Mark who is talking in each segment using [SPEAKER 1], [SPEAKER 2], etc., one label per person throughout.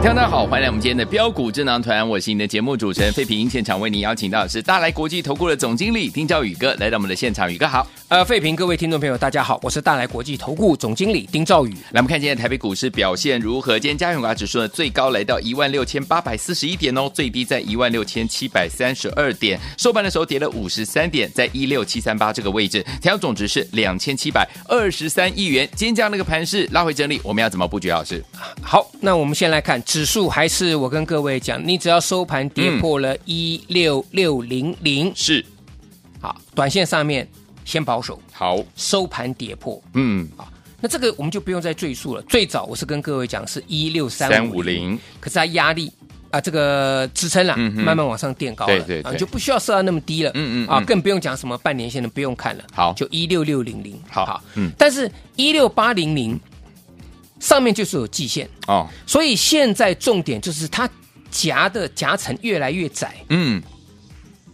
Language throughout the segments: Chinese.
[SPEAKER 1] 听众大家好，欢迎来我们今天的标股智囊团，我是你的节目主持人费平，现场为您邀请到的是大来国际投顾的总经理丁兆宇哥来到我们的现场，宇哥好。
[SPEAKER 2] 呃，费评各位听众朋友，大家好，我是大来国际投顾总经理丁兆宇。
[SPEAKER 1] 来，我们看今天的台北股市表现如何？今天加权股价指数呢，最高来到一万六千八百四十一点哦，最低在一万六千七百三十二点，收盘的时候跌了五十三点，在一六七三八这个位置，成交总值是两千七百二十三亿元。今天这样的一个盘势拉回整理，我们要怎么布局？老师，
[SPEAKER 2] 好，那我们先来看指数，还是我跟各位讲，你只要收盘跌破了一六六零零，
[SPEAKER 1] 是
[SPEAKER 2] 好，短线上面先保守，
[SPEAKER 1] 好，
[SPEAKER 2] 收盘跌破。
[SPEAKER 1] 嗯，
[SPEAKER 2] 那这个我们就不用再赘述了。最早我是跟各位讲是一六三
[SPEAKER 1] 三
[SPEAKER 2] 五
[SPEAKER 1] 五
[SPEAKER 2] 零，
[SPEAKER 1] 零，
[SPEAKER 2] 可是它压力啊，这个支撑啦，啊
[SPEAKER 1] 嗯哼
[SPEAKER 2] 慢慢往上垫高了，
[SPEAKER 1] 对对
[SPEAKER 2] 啊，
[SPEAKER 1] 对
[SPEAKER 2] 就不需要设到那么低了，
[SPEAKER 1] 嗯嗯
[SPEAKER 2] 啊，
[SPEAKER 1] 嗯
[SPEAKER 2] 更不用讲什么半年线的，不用看了，
[SPEAKER 1] 好
[SPEAKER 2] 就一六六零零，
[SPEAKER 1] 好嗯
[SPEAKER 2] 但是一六八零零上面就是有季线，
[SPEAKER 1] 哦，
[SPEAKER 2] 所以现在重点就是它夹的夹层越来越窄，
[SPEAKER 1] 嗯，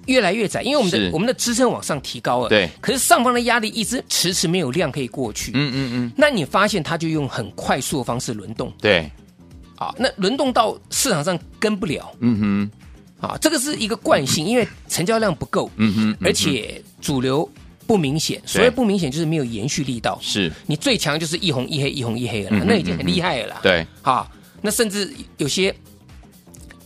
[SPEAKER 2] 越来越窄，因为我们
[SPEAKER 1] 是
[SPEAKER 2] 的我们的支撑往上提高了，
[SPEAKER 1] 对
[SPEAKER 2] 可是上方的压力一直迟迟没有量可以过去，
[SPEAKER 1] 嗯嗯嗯，
[SPEAKER 2] 那你发现它就用很快速的方式轮动
[SPEAKER 1] 对，
[SPEAKER 2] 啊，那轮动到市场上跟不了
[SPEAKER 1] 嗯哼，
[SPEAKER 2] 啊，这个是一个惯性，因为成交量不够，
[SPEAKER 1] 嗯哼，嗯哼
[SPEAKER 2] 而且主流不明显，所谓不明显就是没有延续力道。
[SPEAKER 1] 是
[SPEAKER 2] 你最强就是一红一黑，一红一黑了
[SPEAKER 1] 嗯
[SPEAKER 2] 啦，
[SPEAKER 1] 哼
[SPEAKER 2] 那已经很厉害了啦。
[SPEAKER 1] 对，
[SPEAKER 2] 啊，那甚至有些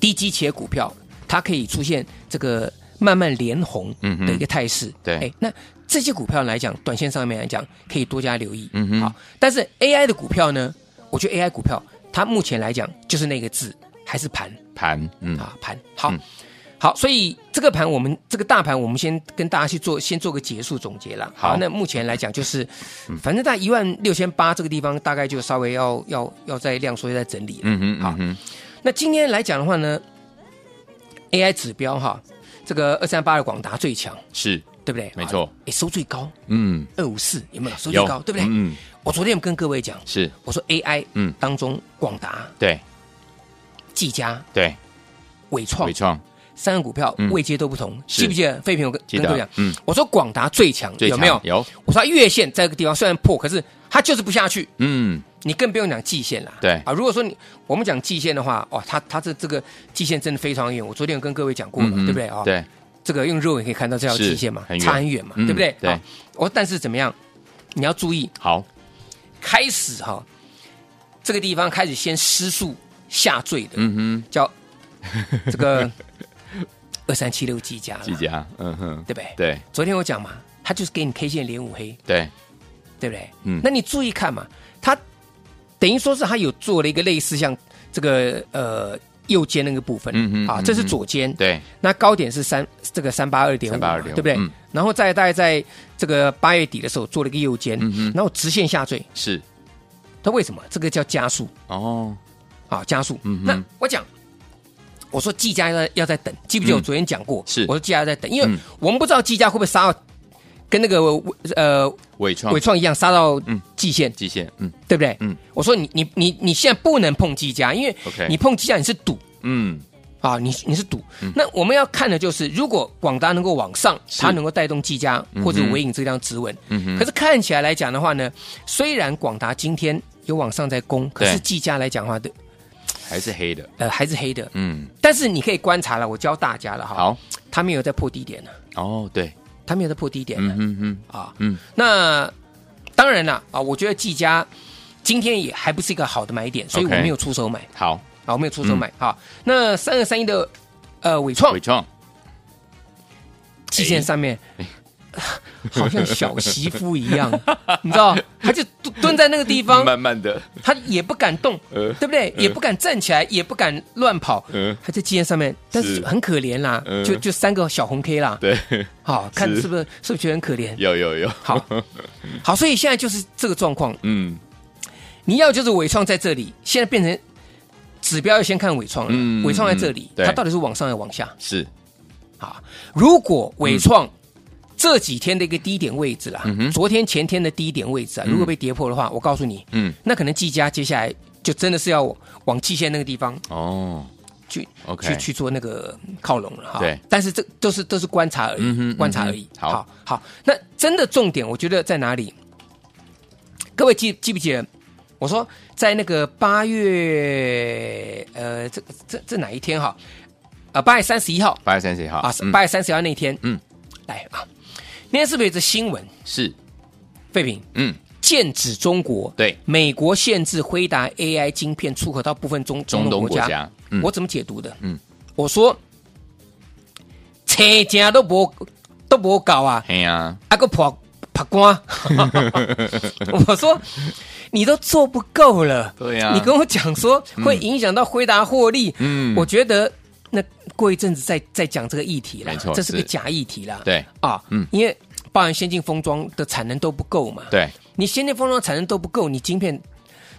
[SPEAKER 2] 低基企业股票，它可以出现这个慢慢连红
[SPEAKER 1] 嗯哼
[SPEAKER 2] 的一个态势。
[SPEAKER 1] 对
[SPEAKER 2] 哎，那这些股票来讲，短线上面来讲，可以多加留意。
[SPEAKER 1] 嗯哼
[SPEAKER 2] 好，但是 AI 的股票呢，我觉得 AI 股票它目前来讲就是那个字，还是盘
[SPEAKER 1] 盘，嗯，
[SPEAKER 2] 啊盘。好。
[SPEAKER 1] 嗯
[SPEAKER 2] 好，所以这个盘我们这个大盘，我们先跟大家去做，先做个结束总结啦。
[SPEAKER 1] 好嗯
[SPEAKER 2] 那目前来讲就是，反正在一万六千八这个地方，大概就稍微要要要再量缩，再整理了。
[SPEAKER 1] 嗯哼，
[SPEAKER 2] 好
[SPEAKER 1] 嗯哼，
[SPEAKER 2] 那今天来讲的话呢，AI 指标哈，这个二三八的广达最强，
[SPEAKER 1] 是，
[SPEAKER 2] 对不对？
[SPEAKER 1] 没错
[SPEAKER 2] 啊，诶收最高
[SPEAKER 1] 嗯，
[SPEAKER 2] 二五四有没有收最
[SPEAKER 1] 有
[SPEAKER 2] 高？对不对？
[SPEAKER 1] 嗯，
[SPEAKER 2] 我昨天有跟各位讲，
[SPEAKER 1] 是
[SPEAKER 2] 我说 AI
[SPEAKER 1] 嗯
[SPEAKER 2] 嗯当中广达、
[SPEAKER 1] 对
[SPEAKER 2] 技嘉、
[SPEAKER 1] 对，
[SPEAKER 2] 伟创
[SPEAKER 1] 伟创
[SPEAKER 2] 三个股票
[SPEAKER 1] 嗯
[SPEAKER 2] 位阶都不同，
[SPEAKER 1] 是
[SPEAKER 2] 记不记得？废品我跟
[SPEAKER 1] 记
[SPEAKER 2] 跟各位
[SPEAKER 1] 得
[SPEAKER 2] 讲，，
[SPEAKER 1] 嗯，
[SPEAKER 2] 我说广达最强
[SPEAKER 1] 最
[SPEAKER 2] 有
[SPEAKER 1] 强
[SPEAKER 2] 没有？
[SPEAKER 1] 有，
[SPEAKER 2] 我说它月线在这个地方虽然破，可是它就是不下去。
[SPEAKER 1] 嗯，
[SPEAKER 2] 你更不用讲季线啦。
[SPEAKER 1] 对
[SPEAKER 2] 啊，如果说你我们讲季线的话，哇，它它这这个季线真的非常远。我昨天有跟各位讲过了，
[SPEAKER 1] 嗯哼
[SPEAKER 2] 对不对啊？，
[SPEAKER 1] 对，
[SPEAKER 2] 这个用肉眼可以看到这条
[SPEAKER 1] 是
[SPEAKER 2] 季线嘛
[SPEAKER 1] 很，远
[SPEAKER 2] 差很远嘛，
[SPEAKER 1] 嗯
[SPEAKER 2] 对不对？
[SPEAKER 1] 对
[SPEAKER 2] 啊。我但是怎么样，你要注意，
[SPEAKER 1] 好，
[SPEAKER 2] 开始哈，这个地方开始先失速下坠的，
[SPEAKER 1] 嗯
[SPEAKER 2] 叫这个二三七六季价
[SPEAKER 1] 哼，，几家，嗯哼，
[SPEAKER 2] 对不对？
[SPEAKER 1] 对
[SPEAKER 2] 昨天我讲嘛，它就是给你 K 线连五黑，
[SPEAKER 1] 对，
[SPEAKER 2] 对不对？
[SPEAKER 1] 嗯
[SPEAKER 2] 那你注意看嘛，它等于说是它有做了一个类似像这个呃右肩那个部分，
[SPEAKER 1] 嗯哼嗯
[SPEAKER 2] 啊，
[SPEAKER 1] 哼
[SPEAKER 2] 这是左肩，，
[SPEAKER 1] 对
[SPEAKER 2] 那高点是三这个三八二点五，
[SPEAKER 1] 382.5
[SPEAKER 2] 对不对？
[SPEAKER 1] 嗯
[SPEAKER 2] 然后再大概在这个八月底的时候做了一个右肩，
[SPEAKER 1] 嗯哼
[SPEAKER 2] 然后直线下坠，
[SPEAKER 1] 是，
[SPEAKER 2] 它为什么？这个叫加速
[SPEAKER 1] 哦，
[SPEAKER 2] 啊，加速。
[SPEAKER 1] 嗯哼
[SPEAKER 2] 那我讲。我说技嘉要在要在等，记不记得我
[SPEAKER 1] 嗯
[SPEAKER 2] 昨天讲过？
[SPEAKER 1] 是
[SPEAKER 2] 我说技嘉要在等，因为
[SPEAKER 1] 嗯
[SPEAKER 2] 我们不知道技嘉会不会杀到跟那个呃
[SPEAKER 1] 伟创
[SPEAKER 2] 伟创一样杀到
[SPEAKER 1] 啊嗯
[SPEAKER 2] 季线，
[SPEAKER 1] 极限，嗯
[SPEAKER 2] 对不对？
[SPEAKER 1] 嗯
[SPEAKER 2] 嗯，我说你你你你现在不能碰技嘉，因为
[SPEAKER 1] OK
[SPEAKER 2] 你碰技嘉你是赌
[SPEAKER 1] 嗯，
[SPEAKER 2] 啊，你你是赌。那我们要看的就是，如果广达能够往上，
[SPEAKER 1] 是嗯
[SPEAKER 2] 它能够带动技嘉
[SPEAKER 1] 哼
[SPEAKER 2] 或者尾影这张指纹。
[SPEAKER 1] 嗯哼
[SPEAKER 2] 可是看起来来讲的话呢，虽然广达今天有往上在攻，可
[SPEAKER 1] 对
[SPEAKER 2] 是技嘉来讲的话的
[SPEAKER 1] 还是黑的，
[SPEAKER 2] 呃还是黑的。
[SPEAKER 1] 嗯，
[SPEAKER 2] 但是你可以观察了，我教大家了哈，
[SPEAKER 1] 好，
[SPEAKER 2] 它没有在破低点呢，
[SPEAKER 1] 哦，对，
[SPEAKER 2] 它没有在破低点呢
[SPEAKER 1] 嗯哼哼，
[SPEAKER 2] 啊。
[SPEAKER 1] 嗯，
[SPEAKER 2] 那当然了啊，我觉得技嘉今天也还不是一个好的买点，所以我
[SPEAKER 1] OK
[SPEAKER 2] 没有出手买。
[SPEAKER 1] 好，
[SPEAKER 2] 啊，我没有出手买哈、那三二三一的呃伟创
[SPEAKER 1] 伟创
[SPEAKER 2] 季
[SPEAKER 1] 哎
[SPEAKER 2] 线上面，好像小媳妇一样，你知道，他就都蹲在那个地方，
[SPEAKER 1] 慢慢的，
[SPEAKER 2] 他也不敢动，
[SPEAKER 1] 呃
[SPEAKER 2] 对不对？
[SPEAKER 1] 呃
[SPEAKER 2] 也不敢站起来，也不敢乱跑，
[SPEAKER 1] 嗯
[SPEAKER 2] 还在基线上面，但是
[SPEAKER 1] 是
[SPEAKER 2] 很可怜啦，
[SPEAKER 1] 嗯
[SPEAKER 2] 就就三个小红 K 啦，
[SPEAKER 1] 对，
[SPEAKER 2] 好看
[SPEAKER 1] 是
[SPEAKER 2] 是不是是不是觉得很可怜？
[SPEAKER 1] 有有有，
[SPEAKER 2] 好，好，所以现在就是这个状况，
[SPEAKER 1] 嗯
[SPEAKER 2] 你要就是伟创在这里，现在变成指标要先看伟创
[SPEAKER 1] 嗯
[SPEAKER 2] 了，伟创在这里
[SPEAKER 1] 嗯，对
[SPEAKER 2] 它到底是往上还是往下？
[SPEAKER 1] 是，
[SPEAKER 2] 啊，如果伟创这几天的一个低点位置啦
[SPEAKER 1] 嗯哼，
[SPEAKER 2] 昨天前天的低点位置啊，如果被跌破的话，我告诉你，
[SPEAKER 1] 嗯
[SPEAKER 2] 那可能技嘉接下来就真的是要往季线那个地方
[SPEAKER 1] 哦，
[SPEAKER 2] 去
[SPEAKER 1] OK
[SPEAKER 2] 去去做那个靠拢了哈。
[SPEAKER 1] 对，
[SPEAKER 2] 但是这都是都是观察而已，
[SPEAKER 1] 嗯哼
[SPEAKER 2] 观察而已
[SPEAKER 1] 嗯。哼好
[SPEAKER 2] 好，那真的重点我觉得在哪里？各位记记不记得？我说在那个八月呃，这这这哪一天哈？啊，八月三十一号
[SPEAKER 1] 八月三十一号
[SPEAKER 2] 啊，
[SPEAKER 1] 嗯
[SPEAKER 2] 八月三十一号那一天，
[SPEAKER 1] 嗯，
[SPEAKER 2] 来啊，那天是不是有一则新闻？
[SPEAKER 1] 是，
[SPEAKER 2] 废品
[SPEAKER 1] 嗯，
[SPEAKER 2] 剑指中国，
[SPEAKER 1] 对
[SPEAKER 2] 美国限制辉达 AI 晶片出口到部分中
[SPEAKER 1] 中东
[SPEAKER 2] 东国
[SPEAKER 1] 国
[SPEAKER 2] 家，
[SPEAKER 1] 家，嗯
[SPEAKER 2] 我怎么解读的？
[SPEAKER 1] 嗯
[SPEAKER 2] 嗯，我说车价都无都无够啊，
[SPEAKER 1] 嘿呀，
[SPEAKER 2] 啊个跑跑 光，我说你都做不够了，
[SPEAKER 1] 对啊呀
[SPEAKER 2] 你跟我讲说会影响到辉达获利，
[SPEAKER 1] 嗯
[SPEAKER 2] 我觉得那过一阵子再再讲这个议题啦，
[SPEAKER 1] 没错
[SPEAKER 2] 这是个
[SPEAKER 1] 是
[SPEAKER 2] 假议题啦，
[SPEAKER 1] 对
[SPEAKER 2] 啊，
[SPEAKER 1] 嗯
[SPEAKER 2] 嗯，因为包含先进封装的产能都不够嘛，
[SPEAKER 1] 对，
[SPEAKER 2] 你先进封装产能都不够，你晶片，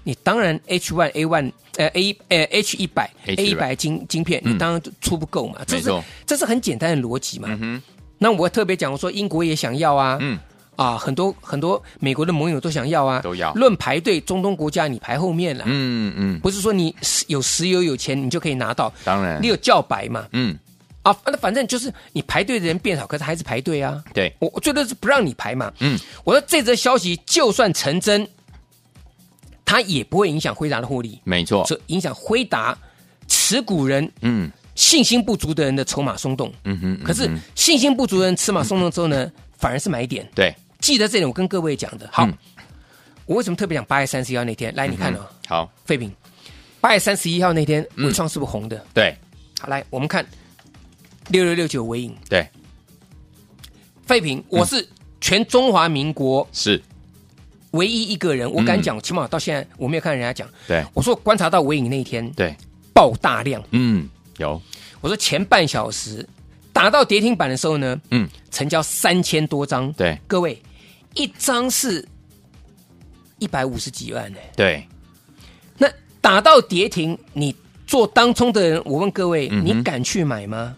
[SPEAKER 2] 你当然 H one A one 呃 A 呃 H 一百 A 一
[SPEAKER 1] 100
[SPEAKER 2] 百晶晶片，
[SPEAKER 1] 嗯
[SPEAKER 2] 你当然出不够嘛，这
[SPEAKER 1] 没
[SPEAKER 2] 是
[SPEAKER 1] 错
[SPEAKER 2] 这是很简单的逻辑嘛。
[SPEAKER 1] 嗯
[SPEAKER 2] 那我特别讲，我说英国也想要啊，
[SPEAKER 1] 哼，嗯，
[SPEAKER 2] 啊，很多很多美国的盟友都想要啊，
[SPEAKER 1] 都要
[SPEAKER 2] 论排队，中东国家你排后面了，
[SPEAKER 1] 嗯嗯，
[SPEAKER 2] 不是说你有石油有钱你就可以拿到，
[SPEAKER 1] 当然
[SPEAKER 2] 你，有叫白嘛，
[SPEAKER 1] 嗯，
[SPEAKER 2] 啊，那反正就是你排队的人变少，可是还是排队啊。
[SPEAKER 1] 对，
[SPEAKER 2] 我我最多是不让你排嘛。
[SPEAKER 1] 嗯
[SPEAKER 2] 嗯，我说这则消息就算成真，它也不会影响辉达的获利，
[SPEAKER 1] 没错，
[SPEAKER 2] 这影响辉达持股人
[SPEAKER 1] 嗯
[SPEAKER 2] 信心不足的人的筹码松动。
[SPEAKER 1] 嗯哼，
[SPEAKER 2] 可是
[SPEAKER 1] 嗯哼
[SPEAKER 2] 信心不足的人筹码松动之后呢，反而是买点。
[SPEAKER 1] 对，
[SPEAKER 2] 记得这点，我跟各位讲的。好
[SPEAKER 1] 嗯，
[SPEAKER 2] 我为什么特别讲八月三十一号那天？来，你看哦，
[SPEAKER 1] 好，
[SPEAKER 2] 废品，八月三十一号那天，
[SPEAKER 1] 嗯
[SPEAKER 2] 伟创是不是红的？
[SPEAKER 1] 对
[SPEAKER 2] 好，来我们看六六六九尾影
[SPEAKER 1] 对
[SPEAKER 2] 废品，
[SPEAKER 1] 嗯
[SPEAKER 2] 我是全中华民国
[SPEAKER 1] 是，
[SPEAKER 2] 唯一一个人，我敢
[SPEAKER 1] 嗯
[SPEAKER 2] 讲，起码到现在我没有看人家讲。
[SPEAKER 1] 对
[SPEAKER 2] 我说我观察到尾影那一天
[SPEAKER 1] 对，
[SPEAKER 2] 爆大量，
[SPEAKER 1] 嗯，有，
[SPEAKER 2] 我说前半小时打到跌停板的时候呢，
[SPEAKER 1] 嗯，
[SPEAKER 2] 成交三千多张，
[SPEAKER 1] 对
[SPEAKER 2] 各位一张是一百五十几万呢、
[SPEAKER 1] 对，
[SPEAKER 2] 那打到跌停，你做当冲的人，我问各位，
[SPEAKER 1] 嗯哼
[SPEAKER 2] 你敢去买吗？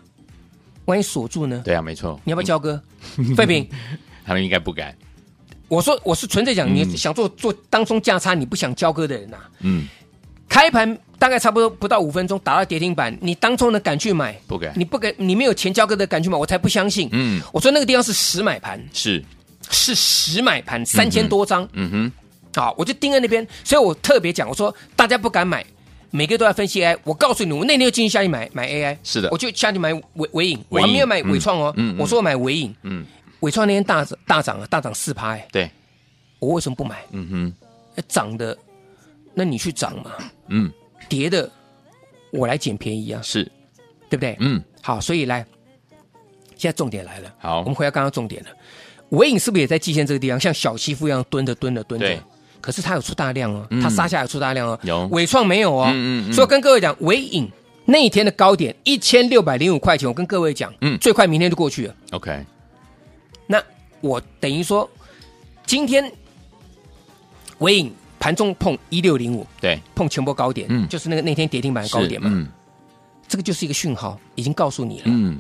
[SPEAKER 2] 万一锁住呢？
[SPEAKER 1] 对啊，没错，
[SPEAKER 2] 你要不要 交割？废品，
[SPEAKER 1] 他们应该不敢，
[SPEAKER 2] 我说我是纯粹讲，
[SPEAKER 1] 嗯
[SPEAKER 2] 你想做做当中价差，你不想交割的人呐、
[SPEAKER 1] 嗯，
[SPEAKER 2] 开盘大概差不多不到五分钟打到跌停板，你当中的敢去买？
[SPEAKER 1] 不敢
[SPEAKER 2] 你不敢，你没有钱交割的敢去买，我才不相信。
[SPEAKER 1] 嗯，
[SPEAKER 2] 我说那个地方是实买盘，
[SPEAKER 1] 是，
[SPEAKER 2] 是实买盘，三千多张，
[SPEAKER 1] 嗯哼，
[SPEAKER 2] 好，我就盯在那边，所以我特别讲，我说大家不敢买，每个都在分析 AI。我告诉你，我那天就进去下去买买 AI，
[SPEAKER 1] 是的
[SPEAKER 2] 我就下去买伟伟影，
[SPEAKER 1] 伟
[SPEAKER 2] 我
[SPEAKER 1] 影
[SPEAKER 2] 还没有买
[SPEAKER 1] 嗯
[SPEAKER 2] 伟创哦，
[SPEAKER 1] 嗯嗯
[SPEAKER 2] 我说我买伟影，
[SPEAKER 1] 嗯，
[SPEAKER 2] 伟创那天大涨大涨啊，大涨四趴，哎，
[SPEAKER 1] 对，
[SPEAKER 2] 我为什么不买？哎
[SPEAKER 1] 嗯哼，
[SPEAKER 2] 涨的，那你去涨嘛，
[SPEAKER 1] 嗯，
[SPEAKER 2] 跌的我来捡便宜啊，
[SPEAKER 1] 是，
[SPEAKER 2] 对不对？
[SPEAKER 1] 嗯，
[SPEAKER 2] 好，所以来，现在重点来了，
[SPEAKER 1] 好
[SPEAKER 2] 我们回到刚刚重点了。尾影是不是也在季线这个地方，像小媳妇一样蹲着蹲着蹲
[SPEAKER 1] 对
[SPEAKER 2] 着？可是它有出大量哦，
[SPEAKER 1] 嗯
[SPEAKER 2] 它杀下有出大量哦，
[SPEAKER 1] 有
[SPEAKER 2] 伟创没有哦。
[SPEAKER 1] 嗯嗯嗯
[SPEAKER 2] 所以我跟各位讲，尾影那一天的高点一千六百零五块钱，我跟各位讲，
[SPEAKER 1] 嗯
[SPEAKER 2] 最快明天就过去了。
[SPEAKER 1] ，OK，
[SPEAKER 2] 那我等于说，今天尾影盘中碰一六零五，
[SPEAKER 1] 对，
[SPEAKER 2] 碰前波高点，
[SPEAKER 1] 嗯
[SPEAKER 2] 就是那个那天跌停板的高
[SPEAKER 1] 是
[SPEAKER 2] 点嘛，
[SPEAKER 1] 嗯
[SPEAKER 2] 这个就是一个讯号，已经告诉你了，
[SPEAKER 1] 嗯，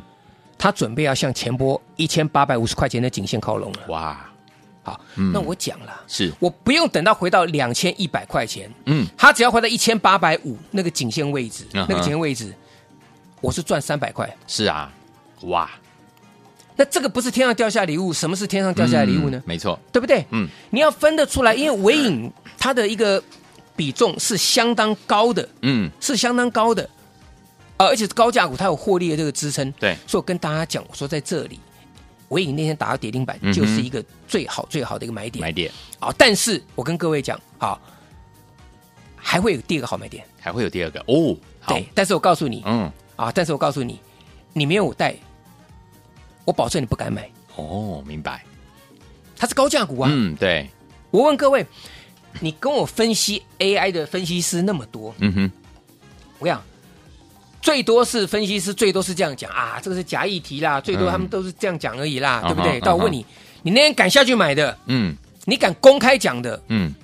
[SPEAKER 2] 它准备要向前波一千八百五十块钱的颈线靠拢了。
[SPEAKER 1] 哇，
[SPEAKER 2] 好，
[SPEAKER 1] 嗯
[SPEAKER 2] 那我讲了，
[SPEAKER 1] 是，
[SPEAKER 2] 我不用等到回到两千一百块钱，
[SPEAKER 1] 嗯，
[SPEAKER 2] 它只要回到一千八百五那个颈线位置，
[SPEAKER 1] 嗯哼
[SPEAKER 2] 那个颈线位置，我是赚三百块。
[SPEAKER 1] 是啊，哇，
[SPEAKER 2] 那这个不是天上掉下礼物，什么是天上掉下来礼物呢？
[SPEAKER 1] 嗯没错，
[SPEAKER 2] 对不对？
[SPEAKER 1] 嗯，
[SPEAKER 2] 你要分得出来，因为尾影它的一个比重是相当高的，
[SPEAKER 1] 嗯，
[SPEAKER 2] 是相当高的，呃，而且是高价股它有获利的这个支撑。
[SPEAKER 1] 对
[SPEAKER 2] 所以我跟大家讲，我说在这里，尾影那天打到跌停板
[SPEAKER 1] 嗯哼
[SPEAKER 2] 就是一个最好最好的一个买点。
[SPEAKER 1] 买点
[SPEAKER 2] 好，但是我跟各位讲，好，还会有第二个好买点。
[SPEAKER 1] 还会有第二个哦，好，
[SPEAKER 2] 对，但是我告诉你
[SPEAKER 1] 嗯，
[SPEAKER 2] 啊，但是我告诉你，你没有我带，我保证你不敢买。
[SPEAKER 1] 哦，明白，
[SPEAKER 2] 它是高价股啊。
[SPEAKER 1] 嗯，对，
[SPEAKER 2] 我问各位，你跟我分析 AI 的分析师那么多，
[SPEAKER 1] 嗯哼，
[SPEAKER 2] 我跟你讲，最多是分析师最多是这样讲啊，这个是假议题啦，最多他们都是这样讲而已啦，
[SPEAKER 1] 嗯
[SPEAKER 2] 对不
[SPEAKER 1] 啊哈
[SPEAKER 2] 对？但我问你，你那天敢下去买的，
[SPEAKER 1] 嗯
[SPEAKER 2] 你敢公开讲的，
[SPEAKER 1] 嗯，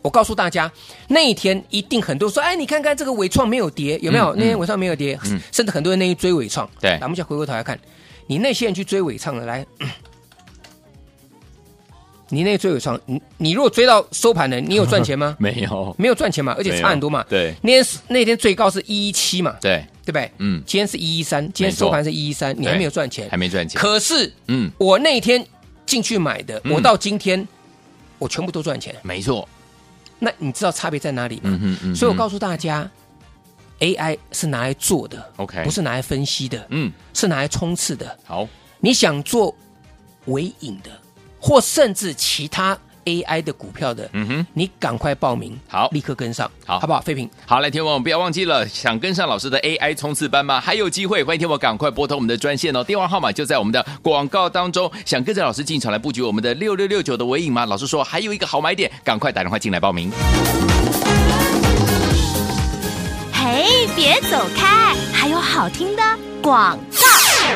[SPEAKER 2] 我告诉大家，那一天一定很多人说，哎，你看看这个伟创没有跌，有没有？
[SPEAKER 1] 嗯
[SPEAKER 2] 那天伟创没有跌，
[SPEAKER 1] 嗯
[SPEAKER 2] 甚至很多人那一追伟创。
[SPEAKER 1] 对？
[SPEAKER 2] 咱们再回过头来看，你那些人去追伟创的，来，嗯你那追伟创，你你如果追到收盘的，你有赚钱吗
[SPEAKER 1] 没有，
[SPEAKER 2] 没有赚钱嘛，而且差很多嘛。
[SPEAKER 1] 对
[SPEAKER 2] 那天是那天最高是一一七嘛，
[SPEAKER 1] 对，
[SPEAKER 2] 对不对？
[SPEAKER 1] 嗯，
[SPEAKER 2] 今天是一一三，今天
[SPEAKER 1] 没错
[SPEAKER 2] 收盘是一一三，你还
[SPEAKER 1] 对
[SPEAKER 2] 没有赚钱
[SPEAKER 1] 还。没赚钱，
[SPEAKER 2] 可是
[SPEAKER 1] 嗯，
[SPEAKER 2] 我那一天进去买的，
[SPEAKER 1] 嗯
[SPEAKER 2] 我到今天我全部都赚钱。
[SPEAKER 1] 没错，
[SPEAKER 2] 那你知道差别在哪里吗？
[SPEAKER 1] 嗯哼嗯哼
[SPEAKER 2] 所以我告诉大家，AI 是拿来做的
[SPEAKER 1] OK
[SPEAKER 2] 不是拿来分析的，
[SPEAKER 1] 嗯，
[SPEAKER 2] 是拿来冲刺的。
[SPEAKER 1] 好，
[SPEAKER 2] 你想做尾影的，或甚至其他 AI 的股票的，
[SPEAKER 1] 嗯哼。
[SPEAKER 2] 你赶快报名，
[SPEAKER 1] 好
[SPEAKER 2] 立刻跟上，
[SPEAKER 1] 好
[SPEAKER 2] 好不好？废品，
[SPEAKER 1] 好，来，天王，不要忘记了，想跟上老师的 AI 冲刺班吗？还有机会，欢迎天王赶快拨通我们的专线哦，电话号码就在我们的广告当中。想跟着老师进场来布局我们的六六六九的尾影吗？老师说还有一个好买点，赶快打电话进来报名。
[SPEAKER 3] 嘿，别走开，还有好听的广告。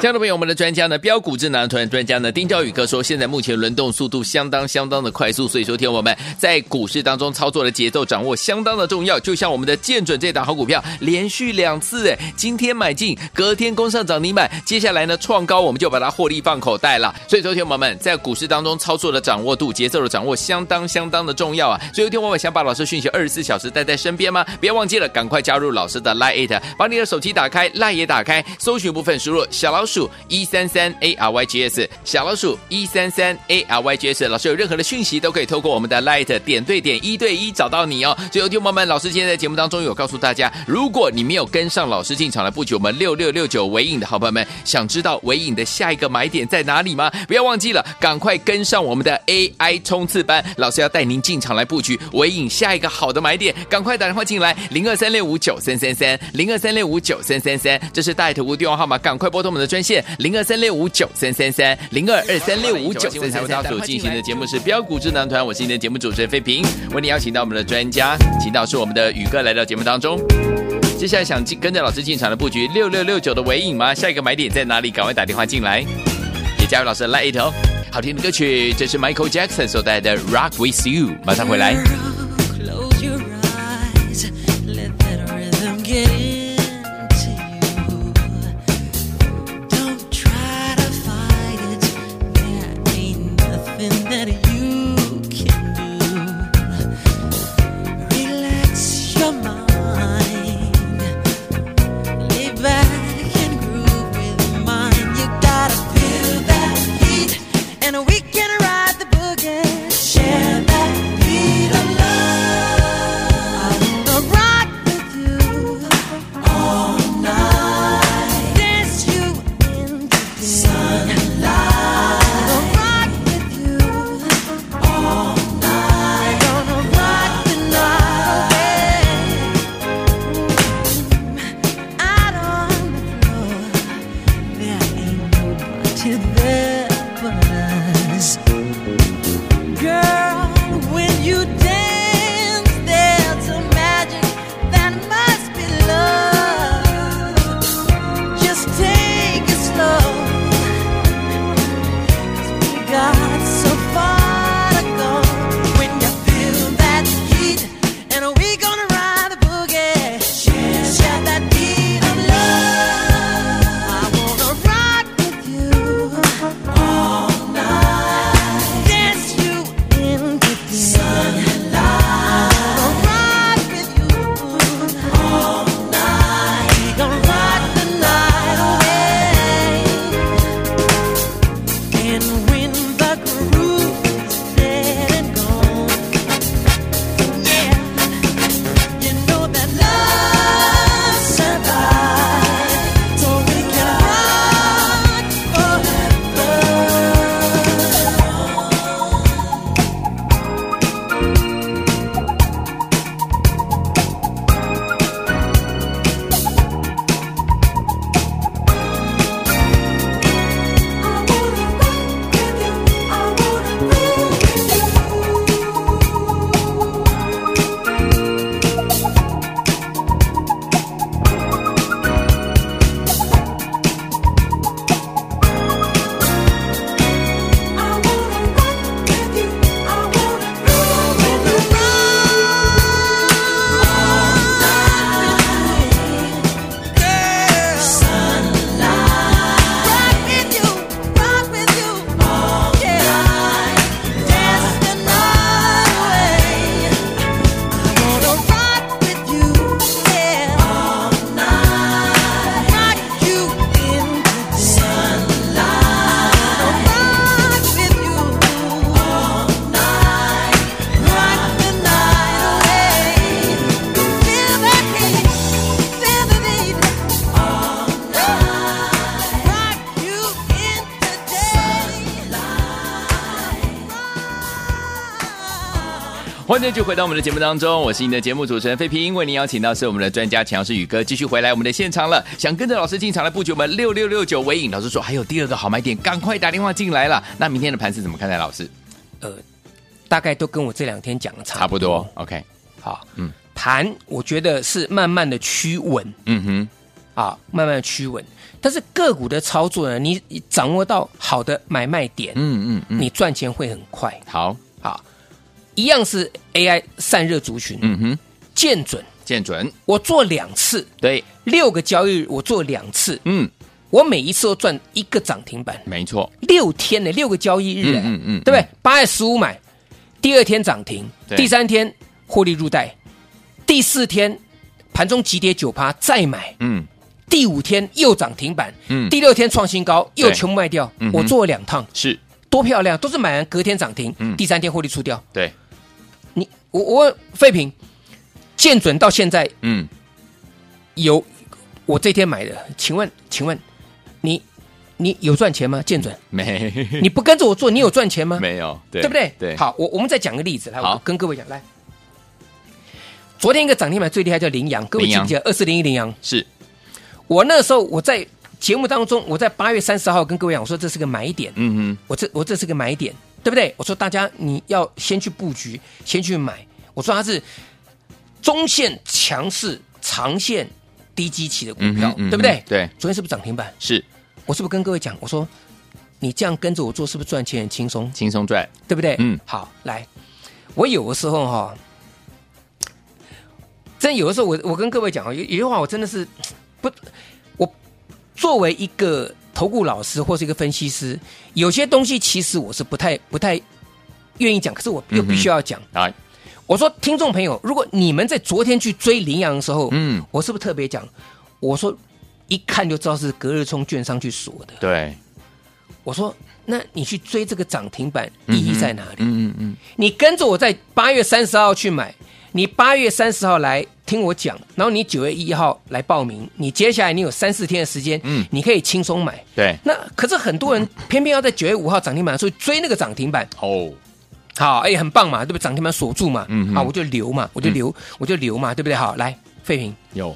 [SPEAKER 1] 亲爱的朋友我们的专家呢，标股智囊团专家呢，丁兆宇哥说，现在目前轮动速度相当相当的快速，所以说，听我们在股市当中操作的节奏掌握相当的重要。就像我们的建准这档好股票，连续两次哎，今天买进，隔天攻上涨停板，接下来呢创高，我们就把它获利放口袋了。所以，说，听我们在股市当中操作的掌握度、节奏的掌握相当相当的重要啊。所以，听我们想把老师讯息二十四小时带在身边吗？别忘记了，赶快加入老师的 Line It，把你的手机打开，Line 也打开，搜寻部分输入小老鼠一三三 A R Y G S，小老鼠一三三 A R Y G S。老师有任何的讯息都可以透过我们的 Light 点对点一对一找到你哦。所以，有听众朋友们，老师今天在节目当中有告诉大家，如果你没有跟上老师进场来布局我们六六六九尾影的好朋友们，想知道尾影的下一个买点在哪里吗？不要忘记了，赶快跟上我们的 AI 冲刺班，老师要带您进场来布局尾影下一个好的买点，赶快打电话进来零二三六五九三三三零二三六五九三三三，这是大爱投顾电话号码，赶快拨通我们的专线零二三六五九三三三零二二三六五九三三三。所进行的节目是标股智囊团，我是你的节目主持人费平，为你邀请到我们的专家，请到是我们的宇哥来到节目当中。接下来想进跟着老师进场的布局六六六九的尾影吗？下一个买点在哪里？赶快打电话进来，也加入老师的 Line It 哦。好听的歌曲，这是 Michael Jackson 所带来的《Rock With You》，马上回来。
[SPEAKER 4] Close your eyes, let that rhythm get into you. Don't try to fight it. There ain't nothing that you can do. Relax your mind, lay back and groove with mine. You gotta feel that heat, and we can ride the boogie. Share that beat of love.
[SPEAKER 1] 欢迎继续回到我们的节目当中，我是你的节目主持人费平，为您邀请到是我们的专家强势宇哥，继续回来我们的现场了。想跟着老师进场来布局我们六六六九尾影，老师说还有第二个好买点，赶快打电话进来了。那明天的盘是怎么看待？老师
[SPEAKER 2] 呃，大概都跟我这两天讲的差
[SPEAKER 1] 差
[SPEAKER 2] 不
[SPEAKER 1] 不
[SPEAKER 2] 多。
[SPEAKER 1] 多，OK，
[SPEAKER 2] 好，
[SPEAKER 1] 嗯
[SPEAKER 2] 嗯，盘我觉得是慢慢的趋稳
[SPEAKER 1] 嗯哼，
[SPEAKER 2] 啊，慢慢的趋稳。但是个股的操作呢，你你掌握到好的买卖点，
[SPEAKER 1] 嗯嗯嗯，
[SPEAKER 2] 你赚钱会很快。
[SPEAKER 1] 好，
[SPEAKER 2] 好，一样是 AI 散热族群，
[SPEAKER 1] 嗯哼，
[SPEAKER 2] 见准。
[SPEAKER 1] 见准，
[SPEAKER 2] 我做两次，
[SPEAKER 1] 对，
[SPEAKER 2] 六个交易日我做两次，
[SPEAKER 1] 嗯，
[SPEAKER 2] 我每一次都赚一个涨停板，
[SPEAKER 1] 没错，
[SPEAKER 2] 六天呢，六个交易日，
[SPEAKER 1] 嗯
[SPEAKER 2] 哎
[SPEAKER 1] 嗯嗯
[SPEAKER 2] 对不对？八月十五买，第二天涨停，
[SPEAKER 1] 对
[SPEAKER 2] 第三天获利入袋，第四天盘中急跌九趴再买，
[SPEAKER 1] 嗯，
[SPEAKER 2] 第五天又涨停板，
[SPEAKER 1] 嗯
[SPEAKER 2] 第六天创新高又
[SPEAKER 1] 对
[SPEAKER 2] 全部卖掉
[SPEAKER 1] 嗯，哼
[SPEAKER 2] 我做了两趟，
[SPEAKER 1] 是
[SPEAKER 2] 多漂亮，都是买完隔天涨停，
[SPEAKER 1] 嗯
[SPEAKER 2] 第三天获利出掉。
[SPEAKER 1] 对，
[SPEAKER 2] 你我我问废品，见准到现在
[SPEAKER 1] 嗯，
[SPEAKER 2] 有我这天买的，请问请问你你有赚钱吗？见准，
[SPEAKER 1] 没，
[SPEAKER 2] 你不跟着我做，你有赚钱吗？
[SPEAKER 1] 没有，对
[SPEAKER 2] 对不对？
[SPEAKER 1] 对，，
[SPEAKER 2] 好，我我们再讲个例子，来，
[SPEAKER 1] 好
[SPEAKER 2] 我跟各位讲，来，昨天一个涨停板最厉害叫羚羊，各位
[SPEAKER 1] 羚
[SPEAKER 2] 记
[SPEAKER 1] 羊
[SPEAKER 2] 不记得二四零一羚羊？
[SPEAKER 1] 是，
[SPEAKER 2] 我那时候我在节目当中，我在八月三十号跟各位讲，我说这是个买点，
[SPEAKER 1] 嗯
[SPEAKER 2] 我这我这是个买点，对不对？我说大家你要先去布局，先去买。我说它是中线强势、长线低基期的股
[SPEAKER 1] 嗯
[SPEAKER 2] 票
[SPEAKER 1] 哼，嗯哼
[SPEAKER 2] 对不对？
[SPEAKER 1] 对
[SPEAKER 2] 昨天是不是涨停板
[SPEAKER 1] 哼，？是
[SPEAKER 2] 我是不是跟各位讲，我说你这样跟着我做，是不是赚钱很轻松？
[SPEAKER 1] 轻松赚，
[SPEAKER 2] 对不对？
[SPEAKER 1] 嗯
[SPEAKER 2] 好，来，我有的时候哈、真有的时候我我跟各位讲啊，有有些话我真的是不，我作为一个投顾老师或是一个分析师，有些东西其实我是不太不太愿意讲，可是我又
[SPEAKER 1] 嗯哼
[SPEAKER 2] 必须要讲。
[SPEAKER 1] 来，
[SPEAKER 2] 我说，听众朋友，如果你们在昨天去追羚羊的时候，
[SPEAKER 1] 嗯，
[SPEAKER 2] 我是不是特别讲？我说一看就知道是隔日冲券商去锁的。
[SPEAKER 1] 对，
[SPEAKER 2] 我说，那你去追这个涨停板意义在哪里？
[SPEAKER 1] 嗯嗯嗯，
[SPEAKER 2] 你跟着我在八月三十号去买，你八月三十号来听我讲，然后你九月一号来报名，你接下来你有三四天的时间，
[SPEAKER 1] 嗯
[SPEAKER 2] 你可以轻松买。
[SPEAKER 1] 对，
[SPEAKER 2] 那可是很多人偏偏要在九月五号涨停板的时候追那个涨停板，
[SPEAKER 1] 哦，
[SPEAKER 2] 好，哎、很棒嘛，对不对？涨停板锁住嘛，
[SPEAKER 1] 嗯哼
[SPEAKER 2] 啊，我就留嘛，我就留，我就留嘛，对不对？好，来，费平，
[SPEAKER 1] 有，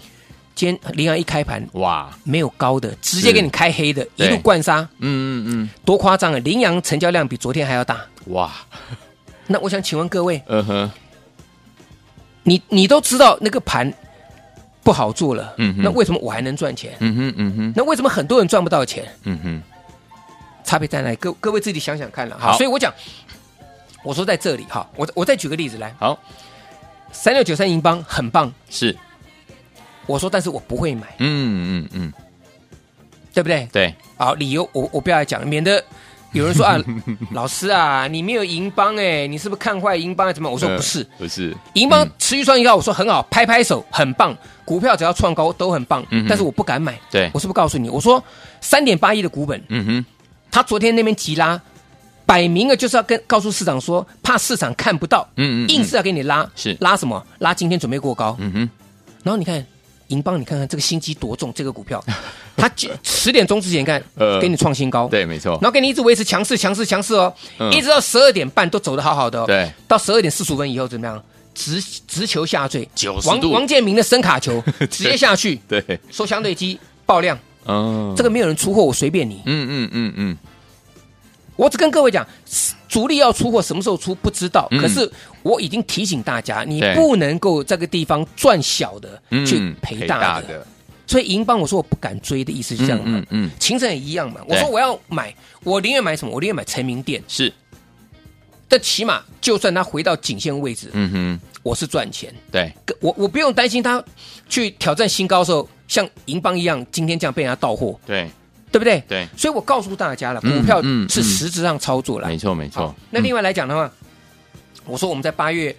[SPEAKER 2] 今天羚羊一开盘
[SPEAKER 1] 哇，
[SPEAKER 2] 没有高的，直接给你开黑的，一
[SPEAKER 1] 对
[SPEAKER 2] 路灌杀，
[SPEAKER 1] 嗯嗯
[SPEAKER 2] 多夸张啊！羚羊成交量比昨天还要大。
[SPEAKER 1] 嗯，哇，
[SPEAKER 2] 那我想请问各位，
[SPEAKER 1] 嗯哼，
[SPEAKER 2] 你你都知道那个盘不好做了，
[SPEAKER 1] 嗯哼
[SPEAKER 2] 那为什么我还能赚钱？
[SPEAKER 1] 嗯哼，嗯哼，
[SPEAKER 2] 那为什么很多人赚不到钱？
[SPEAKER 1] 嗯哼，
[SPEAKER 2] 差别在哪里？各各位自己想想看了哈。
[SPEAKER 1] 好
[SPEAKER 2] 所以我讲，我说在这里哈，我我再举个例子来，
[SPEAKER 1] 好，
[SPEAKER 2] 三六九三银邦很棒，
[SPEAKER 1] 是，
[SPEAKER 2] 我说但是我不会买，
[SPEAKER 1] 嗯嗯嗯，
[SPEAKER 2] 对不对？
[SPEAKER 1] 对，
[SPEAKER 2] 好，理由我我不要来讲，免得有人 说啊，老师啊，你没有银邦哎，你是不是看坏银邦啊？怎么样？我
[SPEAKER 1] 我
[SPEAKER 2] 说不是，
[SPEAKER 1] 呃不是，
[SPEAKER 2] 银邦
[SPEAKER 1] 嗯
[SPEAKER 2] 持续创新高，我说很好，拍拍手，很棒。股票只要创高都很棒，
[SPEAKER 1] 嗯哼
[SPEAKER 2] 但是我不敢买。
[SPEAKER 1] 对
[SPEAKER 2] 我是不是告诉你？我说三点八亿的股本，
[SPEAKER 1] 嗯哼，
[SPEAKER 2] 他昨天那边急拉，摆明了就是要跟告诉市场说，怕市场看不到，
[SPEAKER 1] 嗯嗯嗯
[SPEAKER 2] 硬是要给你拉，
[SPEAKER 1] 是
[SPEAKER 2] 拉什么？拉今天准备过高。
[SPEAKER 1] 嗯哼，
[SPEAKER 2] 然后你看银邦，你看看这个心机多重，这个股票， 它十点钟之前你看
[SPEAKER 1] 呃，
[SPEAKER 2] 给你创新高，
[SPEAKER 1] 对，没错
[SPEAKER 2] 然，后给你一直维持强势、强势、强势哦，
[SPEAKER 1] 嗯
[SPEAKER 2] 一直到十二点半都走得好好的哦。
[SPEAKER 1] 对，
[SPEAKER 2] 到十二点四十五分以后怎么样？直直球下坠，
[SPEAKER 1] 90
[SPEAKER 2] 王
[SPEAKER 1] 度
[SPEAKER 2] 王建民的深 卡球直接下去，
[SPEAKER 1] 对，
[SPEAKER 2] 收相对机爆量，
[SPEAKER 1] 嗯，
[SPEAKER 2] 这个，没有人出货，我随便你。
[SPEAKER 1] 嗯嗯嗯嗯，
[SPEAKER 2] 我只跟各位讲，主力要出货，什么时候出不知道。
[SPEAKER 1] 嗯
[SPEAKER 2] 可是我已经提醒大家，你
[SPEAKER 1] 对
[SPEAKER 2] 不能够这个地方赚小的
[SPEAKER 1] 嗯
[SPEAKER 2] 去赔大的。，所以银邦我说我不敢追的意思是这样嘛
[SPEAKER 1] 嗯，嗯，
[SPEAKER 2] 秦晨也一样嘛。我
[SPEAKER 1] 对
[SPEAKER 2] 说我要买，我宁愿买什么？我宁愿买成名店。
[SPEAKER 1] 是，
[SPEAKER 2] 但起码就算它回到颈线位置，
[SPEAKER 1] 嗯哼，
[SPEAKER 2] 我是赚钱。
[SPEAKER 1] 对，
[SPEAKER 2] 跟我我不用担心他去挑战新高的时候，像银邦一样，今天这样被人家到货，
[SPEAKER 1] 对，
[SPEAKER 2] 对不对？
[SPEAKER 1] 对
[SPEAKER 2] 所以我告诉大家了，股
[SPEAKER 1] 嗯
[SPEAKER 2] 票
[SPEAKER 1] 嗯
[SPEAKER 2] 是
[SPEAKER 1] 嗯
[SPEAKER 2] 实质上操作了。
[SPEAKER 1] 没错没
[SPEAKER 2] 好
[SPEAKER 1] 错，，
[SPEAKER 2] 那另外来讲的话，我说我们在八月，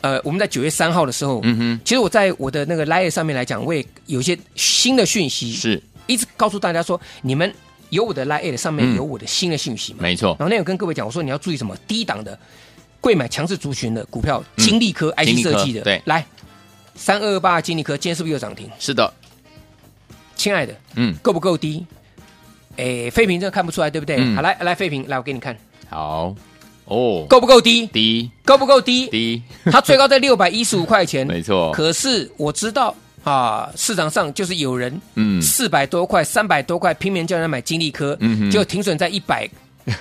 [SPEAKER 2] 呃，我们在九月三号的时候，
[SPEAKER 1] 嗯哼，
[SPEAKER 2] 其实我在我的那个 Live 上面来讲，我也有一些新的讯息，
[SPEAKER 1] 是，
[SPEAKER 2] 一直告诉大家说，你们有我的 Live 上面
[SPEAKER 1] 嗯
[SPEAKER 2] 有我的新的讯息嘛？
[SPEAKER 1] 没错，
[SPEAKER 2] 然后那有跟各位讲，我说你要注意什么？低档的贵买强势族群的股票，金利科、
[SPEAKER 1] 嗯金
[SPEAKER 2] IC
[SPEAKER 1] 利科
[SPEAKER 2] 设计的，
[SPEAKER 1] 对
[SPEAKER 2] 来三二八金利科，今天是不是又涨停？
[SPEAKER 1] 是的，
[SPEAKER 2] 亲爱的，
[SPEAKER 1] 嗯，
[SPEAKER 2] 够不够低？哎，废品真的看不出来，对不对？
[SPEAKER 1] 嗯
[SPEAKER 2] 好，来来废品，来我给你看，
[SPEAKER 1] 好，哦，
[SPEAKER 2] 够不够低？
[SPEAKER 1] 低
[SPEAKER 2] 够不够低？
[SPEAKER 1] 低，
[SPEAKER 2] 它最高在六百一十五块钱，
[SPEAKER 1] 没错，
[SPEAKER 2] 可是我知道啊，市场上就是有人
[SPEAKER 1] 嗯
[SPEAKER 2] 四百多块、三百多块拼命叫人买金利科，
[SPEAKER 1] 嗯哼
[SPEAKER 2] 就停损在一百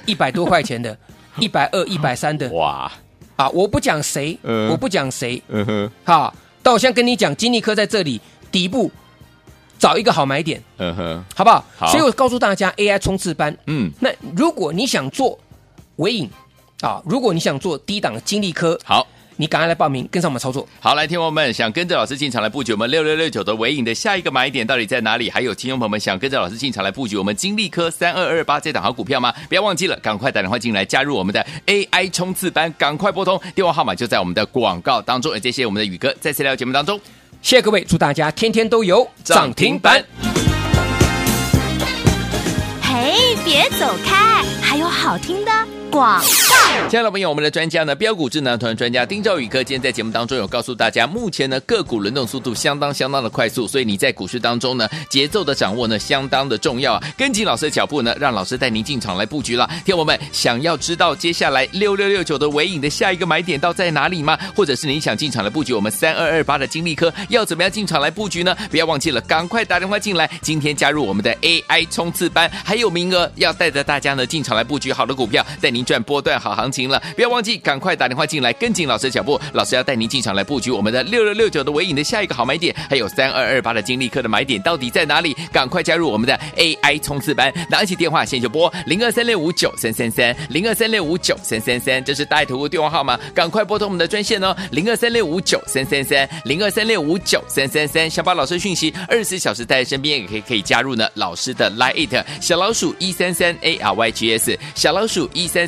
[SPEAKER 2] 一百多块 钱的。一百二、一百三的
[SPEAKER 1] 哇，
[SPEAKER 2] 啊！我不讲谁，
[SPEAKER 1] 嗯
[SPEAKER 2] 我不讲谁
[SPEAKER 1] 嗯哼，
[SPEAKER 2] 哈。但我先跟你讲，金利科在这里底部找一个好买点，
[SPEAKER 1] 嗯哼，
[SPEAKER 2] 好不好？
[SPEAKER 1] 好
[SPEAKER 2] 所以我告诉大家，AI 冲刺班，
[SPEAKER 1] 嗯，
[SPEAKER 2] 那如果你想做尾影啊，如果你想做低档金利科，
[SPEAKER 1] 好。
[SPEAKER 2] 你赶快来报名，跟上我们操作。
[SPEAKER 1] 好，来，听众朋友们，想跟着老师进场来布局我们六六六九的尾影的下一个买点到底在哪里？还有听众朋友们想跟着老师进场来布局我们金利科三二二八这档好股票吗？不要忘记了，赶快打电话进来加入我们的 AI 冲刺班，赶快拨通电话号码就在我们的广告当中。也谢谢我们的宇哥再次来到节目当中，
[SPEAKER 2] 谢谢各位，祝大家天天都有涨停板。。
[SPEAKER 3] 嘿，别走开，还有好听的广。
[SPEAKER 1] 亲爱的朋友我们的专家呢，标股智囊团专家丁兆宇哥，今天在节目当中有告诉大家，目前呢个股轮动速度相当相当的快速，所以你在股市当中呢节奏的掌握呢相当的重要啊，跟紧老师的脚步呢，让老师带您进场来布局了。听友们想要知道接下来六六六九的尾影的下一个买点到在哪里吗？或者是你想进场来布局我们三二二八的金利科，要怎么样进场来布局呢？不要忘记了，赶快打电话进来，今天加入我们的 AI 冲刺班，还有名额，要带着大家呢进场来布局好的股票，带您赚波段好行情了。不要忘记，赶快打电话进来，跟紧老师的脚步，老师要带您进场来布局我们的六六六九的尾影的下一个好买点，还有三二二八的金利科的买点到底在哪里？赶快加入我们的 AI 冲刺班， 拿起电话现在就拨零二三六五九三三三零二三六五九三三三，这是大爱投顾电话号码，赶快拨通我们的专线哦，零二三六五九三三三零二三六五九三三三，想把老师的讯息二十四小时带在身边，也可以可以加入呢老师的 Line It 小老鼠一三三 A R Y G S 小老鼠一三